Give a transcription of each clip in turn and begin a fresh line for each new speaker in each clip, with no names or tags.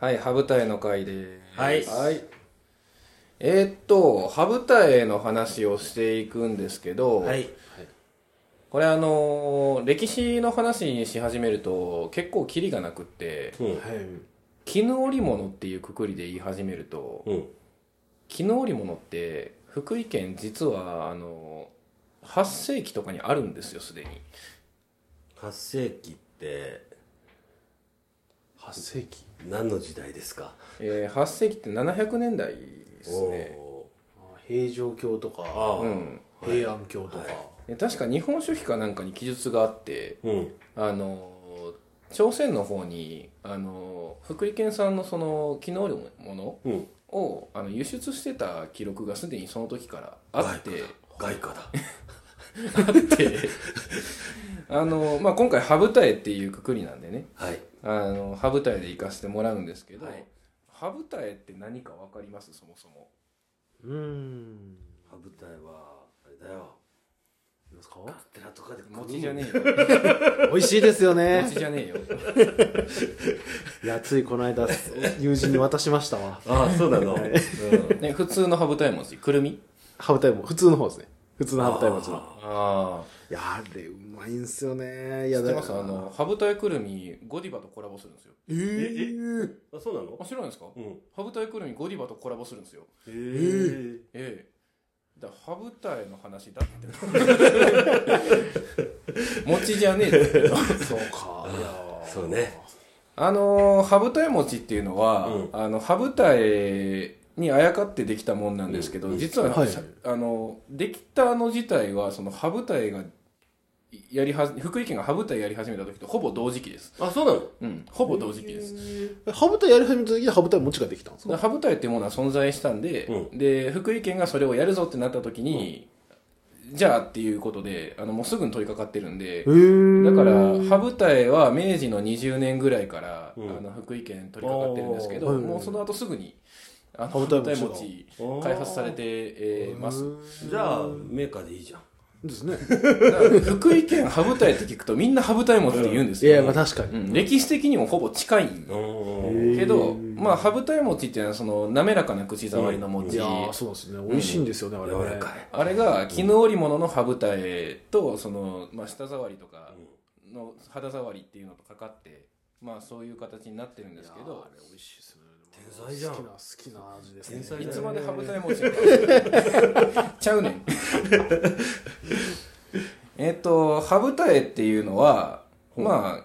はい、羽舞台の回です。
はい
えーっと、羽舞台の話をしていくんですけど、
はい。
これあのー歴史の話にし始めると結構キリがなくって、
うん。
絹織物っていうくくりで言い始めると、
うん。
絹織物って福井県実はあのー8世紀とかにあるんですよ、すでに。
8世紀って
8世紀
何の時代ですか
えー8世紀って700年代ですね。
お
平城京とか
あー
うん。
平安京とか、
で確か日本書紀かなんかに記述があって、
ーうん。
あの朝鮮の方にあの福井県産のその絹織物
うん。
をあの輸出してた記録がすでにその時からあって、
外貨だ。
あのまあ、今回羽舞台っていうくくりなんでね
はい。
あの羽舞台で行かせてもらうんですけど、
はい
羽舞台って何か分かりますそもそも
うーん
羽舞台は、あれだよ。
います
カ
か
ステラとかで
餅じゃね
え。
えよ
美味しいですよ ね
餅じゃねえよ
いやついこの間友人に渡しましたわ
ああ、そうな の。
うんね、普通の羽舞台餅くるみ
ハーブタイム普通の方ですね普通のハーブタイムもちろん
あ
あ
いやあれうまいんすよねい
あ知っ
や
て
だ
ますあの羽舞台くるみゴディバとコラボするんですよ
えー、
ーあ、そうなの
あ知らないですか
うん。
羽舞台くるみゴディバとコラボするんですよ
へえ。
ええだから羽舞台の話だっ て餅じゃねえって
そうかいや
そうね。
あのー羽舞台餅っていうのは、
うん
あの羽舞台にあやかってできたもんなんですけど、
うん
実は、
はい
さあのできたの自体はその羽舞台がやりはじ福井県が羽舞台やり始めた時とほぼ同時期です、
あ、そうなの
うん、ほぼ同時期です、
ハーブタイムやり始めた時にハーブタイムもちができたんです
だ
か
から羽舞台っていうものは存在したんで、
う
で福井県がそれをやるぞってなった時に、じゃあっていうことであのもうすぐに取り掛かってるんで、
ー
だから羽舞台は明治の20年ぐらいから、
うん
あの福井県取り掛かってるんですけど、
あーはい
もうその後すぐにあの
羽
羽舞
舞台
台
餅が
餅開発されて、えーます
じゃあ、メーカーでいいじゃん。
ですね
だから福井県羽舞台って聞くとみんな羽舞台餅って言うんで
い
すよ、
やまあ確か
う
に、
ん、歴史的にもほぼ近い
うん。
けど、まあ、羽舞台餅っていうのはその滑らかな口触りの餅、
いやーそうですね美味しいんですよね、あれは
柔
ね
らかい。
あれが絹織物の羽舞台とその、まあ、舌触りとかの肌触りっていうのとかかって、まあ、そういう形になってるんですけ
いやー
ど
あれ美味しいですね
天才じゃん
好きな好きな味ですね
天才だ
い
よ
つ
ね
まで羽舞台餅ちゃうねんえっと羽舞台っていうのは、まあ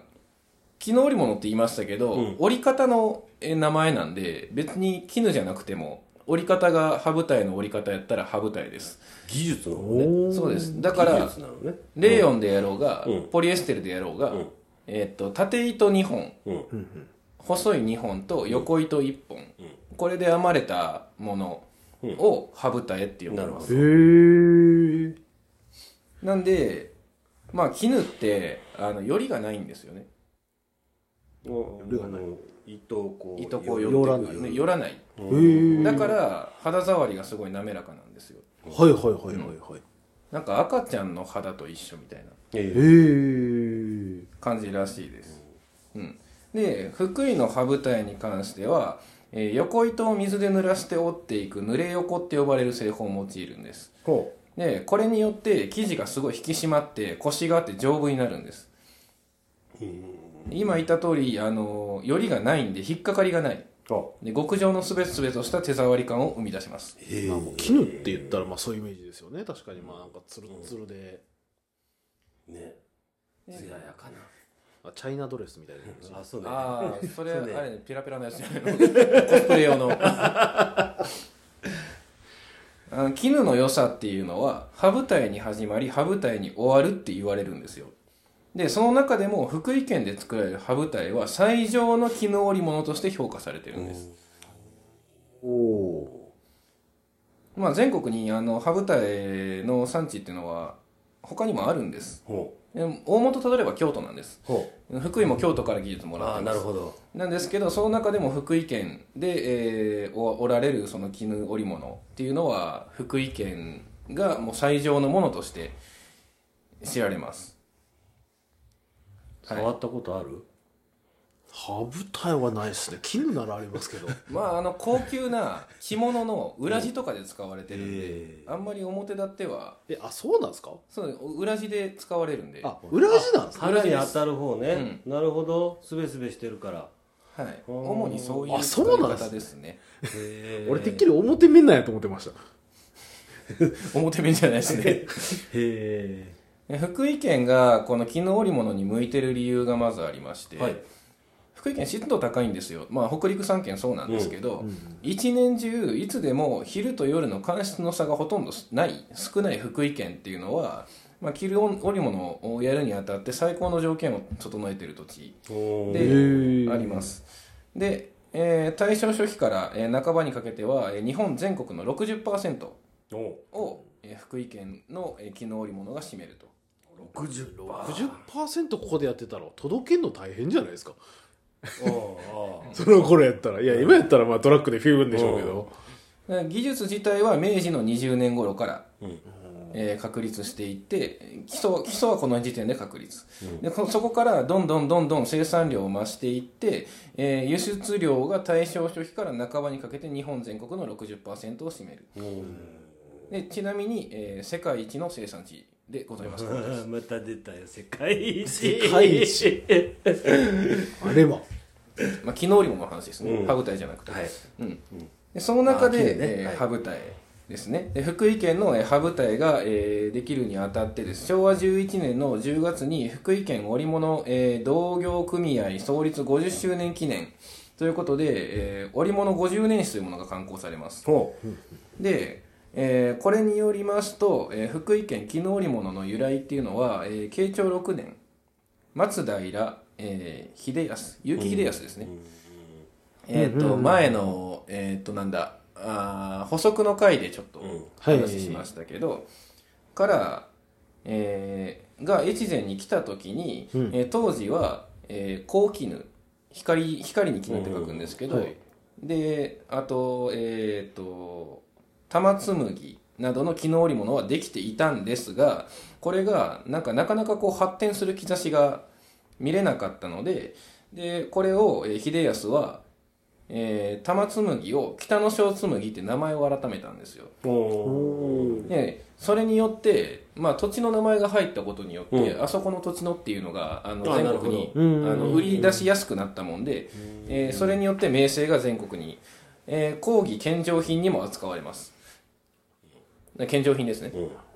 絹織物って言いましたけど、
うん
織り方のえ名前なんで別に絹じゃなくても織り方が羽舞台の織り方やったら羽舞台です
技術の方ね。
おー
そうですだから
技術なのね。
レーヨンでやろうが、
うん
ポリエステルでやろうが、
うん
えーっと縦糸2本
うん。
うんうん
細い2本と横糸1本、
うん
これで編まれたものを羽舞台って呼んで
なる
ま
ほ
す、
ど。
へえ
なんでまあ絹ってあのよりがないんですよね
ルがない。糸をこう。
糸こう寄
よ
よ
っ
ら
て
な
く
い
るねよらない
へえ
だから肌触りがすごい滑らかなんですよ
はいはいはいはいはい
なんか赤ちゃんの肌と一緒みたいな
ええ
へえ
感じらしいです、うん、で福井の羽舞台に関しては、えー横糸を水で濡らして折っていく濡れ横って呼ばれる製法を用いるんです
ほ
でこれによって生地がすごい引き締まってコシがあって丈夫になるんです
う。
今言った通りあのよりがないんで引っかかりがない
あ、
で極上のすべすべとした手触り感を生み出します
ええ
まあもう絹って言ったらまあそういうイメージですよね確かにまあなんかつるつるで、
ね艶やかな。
あチャイナドレスみたいな感じ
あ、そうね。
ああそれ
そうね
あれねペラペラのやつじゃないの コスプレ用の あの絹の良さっていうのは羽舞台に始まり羽舞台に終わるって言われるんですよでその中でも福井県で作られる羽舞台は最上の絹織物として評価されてるんです、
おお。
まあ、全国にあの羽舞台の産地っていうのは他にもあるんです
ほ
で大元たどれば京都なんです
う。ほ
福井も京都から技術も
う。
らっ
あ
て
あ、
ま
な
す
るほど。
なんですけどその中でも福井県で、えーおおられるその絹織物っていうのは福井県がもう最上のものとして知られますはい
触ったことある
羽舞台はないですね絹ならありますけど
まああの高級な着物の裏地とかで使われてるんで、
え
あんまり表立っては
えあそうなんですか
そう裏地で使われるんで
あ裏地なんですか
肌に当たる方ね、
う
なるほどすべすべしてるから
はい、
ー
主にそういう
あ
使
そ
いう
なんですね
方ですね
俺てっきり表面なんやと思ってました
表面じゃないですね
へ
で福井県がこの絹織物に向いてる理由がまずありまして、
えはい
福井県湿度高いんですよ、まあ、北陸3県そうなんですけど、一年中いつでも昼と夜の間質の差がほとんどない少ない福井県っていうのは、まあ、着る織物をやるにあたって最高の条件を整えてる土地
おー
でありますで、えー大正初期から、えー半ばにかけては、えー日本全国の60%
お
を、えー福井県の、えー、絹織物が占めると
60
50%ここでやってたら届けんの大変じゃないですか
おーあー
その頃やったらいや今やったらまあトラックでフィーブンでしょうけど
だから技術自体は明治の20年頃から
うん
えー確立していってえー基礎基礎はこの時点で確立、でこそこからどんどんどんどん生産量を増していって、えー輸出量が大正初期から半ばにかけて日本全国の60%を占めるでちなみに、えー世界一の生産地でございます
また出たよ世界一
世界一あれは
まあ絹織物の話ですね、
うん
羽舞台じゃなくて、
はい
うん、でその中
あ絹
で、
ね
えー
はい
羽舞台ですねで福井県のえー羽舞台が、えーできるにあたってです昭和11年の10月に福井県織物、えー同業組合創立50周年記念ということで、えー織物50年史というものが刊行されます
お
で、えーこれによりますと、えー福井県絹織物の由来っていうのは、えー慶長6年松平、えー秀康結城秀康ですね、えっ、と、前のえっ、となんだあー補足の回でちょっと
はい
話しましたけど、から、えーが越前に来た時に、えー当時は「えー光絹」光光に絹って書くんですけど、
うんはい
であとえっ、と玉紬などの絹織物はできていたんですがこれがなんかなかなかこう発展する兆しが見れなかったのででこれをえー秀康は、えー玉紬を北の小紬って名前を改めたんですよ
お
でそれによって、まあ、土地の名前が入ったことによって、
う
あそこの土地のっていうのがあの
あ
全国にあ
なるほど
の売り出しやすくなったもんで、えーそれによって名声が全国に、えー、抗議献上品にも扱われますで献上品ですね、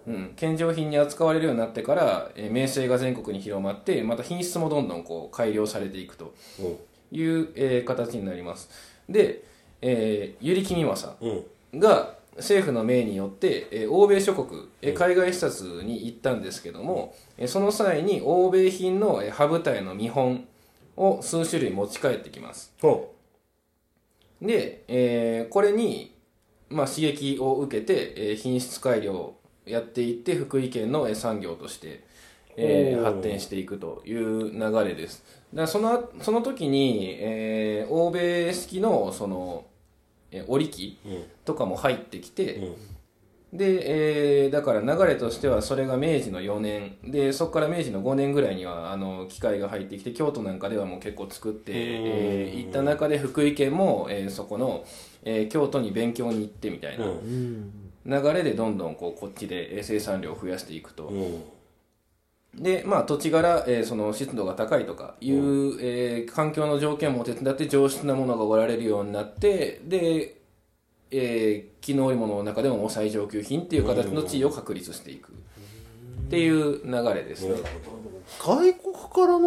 うん、献上品に扱われるようになってから、えー名声が全国に広まってまた品質もどんどんこう改良されていくという、えー形になりますで、えー、ゆりきみまさ
うん
が政府の命によって、えー欧米諸国、えー海外視察に行ったんですけども、えーその際に欧米品のえー羽舞台の見本を数種類持ち帰ってきます
ほ
で、えーこれに、まあ、刺激を受けて、えー品質改良をやっていって福井県のえー産業として、えー
おー
発展していくという流れですだからそのその時に、えー欧米式のその、えー織り機
ううん
とかも入ってきて、
うん
で、えーだから流れとしてはそれが明治の4年でそこから明治の5年ぐらいにはあの機械が入ってきて京都なんかではもう結構作って、えー行った中で福井県も、えーそこの、えー京都に勉強に行ってみたいな
うん
うん
流れでどんどんこうこっちでえー生産量を増やしていくと、
うん
で、まあ、土地柄、えーその湿度が高いとかいう、えー環境の条件も手伝って上質なものが割られるようになってで、えー、絹織物の中でも最上級品っていう形の地位を確立していくっていう流れですね、
外国からの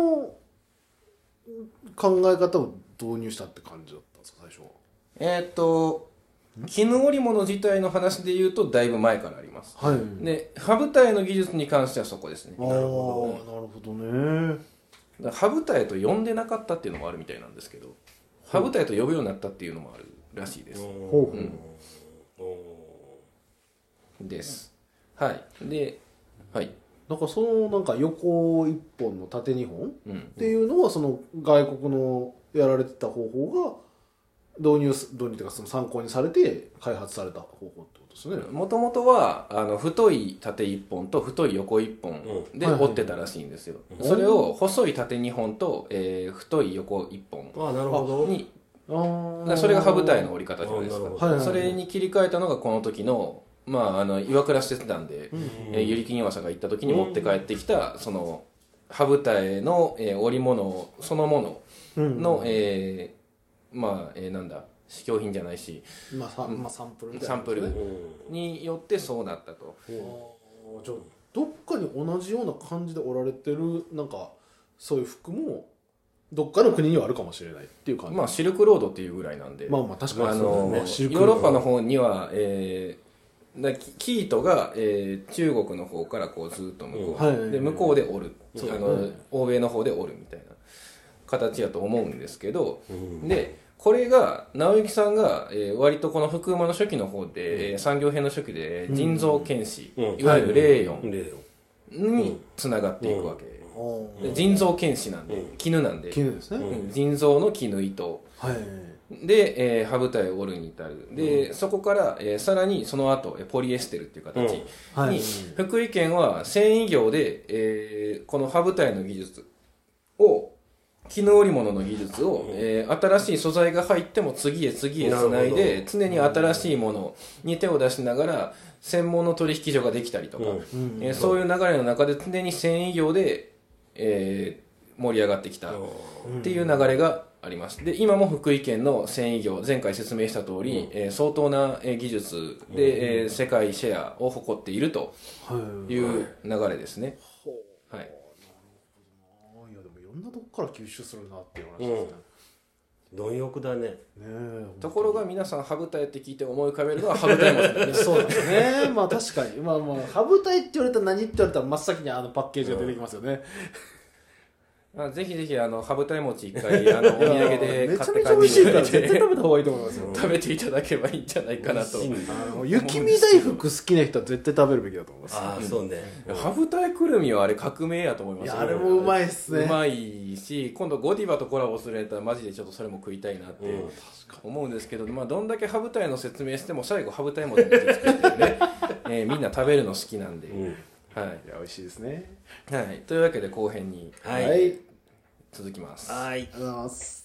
考え方を導入したって感じだったんですか最初は
えーっと絹織物自体の話で言うとだいぶ前からあります
はい
で羽舞台の技術に関してはそこですね
ああなるほどね
だから羽舞台と呼んでなかったっていうのもあるみたいなんですけど羽舞台と呼ぶようになったっていうのもあるらしいです、
ほう
です。はい。で、はい。
なんかそのなんか横一本の縦二本っ
うん。
ていうのはその外国のやられてた方法が導入す導入というかその参考にされて開発された方法ってことですね
もともとはあの太い縦1本と太い横1本
う
で
はいはいはい
折ってたらしいんですよ、
うん
それを細い縦2本と、えー太い横1本
ああなるほど
に
あー
それが羽舞台の折り方じゃないです
あなるほ
か
ど
はいはいはい
それに切り替えたのがこの時の,、まあ、あの岩倉使節団で、えーゆりきにわさが行った時に持って帰ってきた、その羽舞台の、えー織物そのもの
うん
の、えーまあ、えーなんだ試供品じゃないし
まあさまあサンプルみたいな
サンプル
うん
によってそうなったと。
あーじゃあどっかに同じような感じでおられてるなんかそういう服もどっかの国にはあるかもしれないっていう感じ、
まあ、シルクロードっていうぐらいなんで、
まあまあ確かに
あ
そう
の
だ
ヨ
ねシルク
ーロッパの方には、えーだキキートが、えー中国の方からこうずっと向こう、
うんはい
で向こうで折る、
そう
あ
だね
の欧米の方で折るみたいな形やと思うんですけど、
うん
でこれが直行さんが、えー割とこの福馬の初期の方で、えー産業編の初期で人造剣士、
うん
いわゆる霊
うん
音
例を
につながっていくわけ、
あー
で人造剣士なんで、
うん
絹なんで、
絹ですね、
うん
うん人造の絹糸
はい
で、えー、羽舞台を折るに至るで、そこから、えーさらにその後えーポリエステルっていう形に、
はい
福井県は繊維業で、えーこの羽舞台の技術を絹織物の技術を、えー新しい素材が入っても次へ次へつない
なる
で常に新しいものに手を出しながら専門の取引所ができたりとか、
う
うん
えーそういう流れの中で常に繊維業で、えー盛り上がってきた。っていう流れがありますで今も福井県の繊維業前回説明した通り、えー相当なえー技術で、えー世界シェアを誇っていると
はい
いう流れですね、
ほう
はい、
あーいやでもいろんなとこから吸収するなっていう話です
貪欲だね
ね、ねえ
ところが皆さん羽舞台って聞いて思い浮かべるのは羽舞台もんですね
そうですねまあ確かにまあまあ羽舞台って言われたら何って言われたら真っ先にあのパッケージが出てきますよね、
あぜひぜひあの羽舞台餅一回あのお土産で
め
買
ち
っ
ゃ
て
めち
帰
ゃ
っ
美
て
味しい
いた
か
だ
ら
い
絶対
て
食べた方がいいと思いますよ
食べていただけばいいんじゃないかなと
美味しいんだ
あの雪見大福好きな人は絶対食べるべきだと思います
ああそうね
羽舞台くるみはあれ革命やと思いま
い
す
やあれもうまいっすね
うまいし今度ゴディバとコラボするやったらマジでちょっとそれも食いたいなって
うん
思うんですけど、まあ、どんだけ羽舞台の説明しても最後羽舞台も出てくるっていうね、 えーみんな食べるの好きなんで、
うん
はい
や美味しいですね
いはい、というわけで後編に
はい
あり
続きます。
はい
がとうございます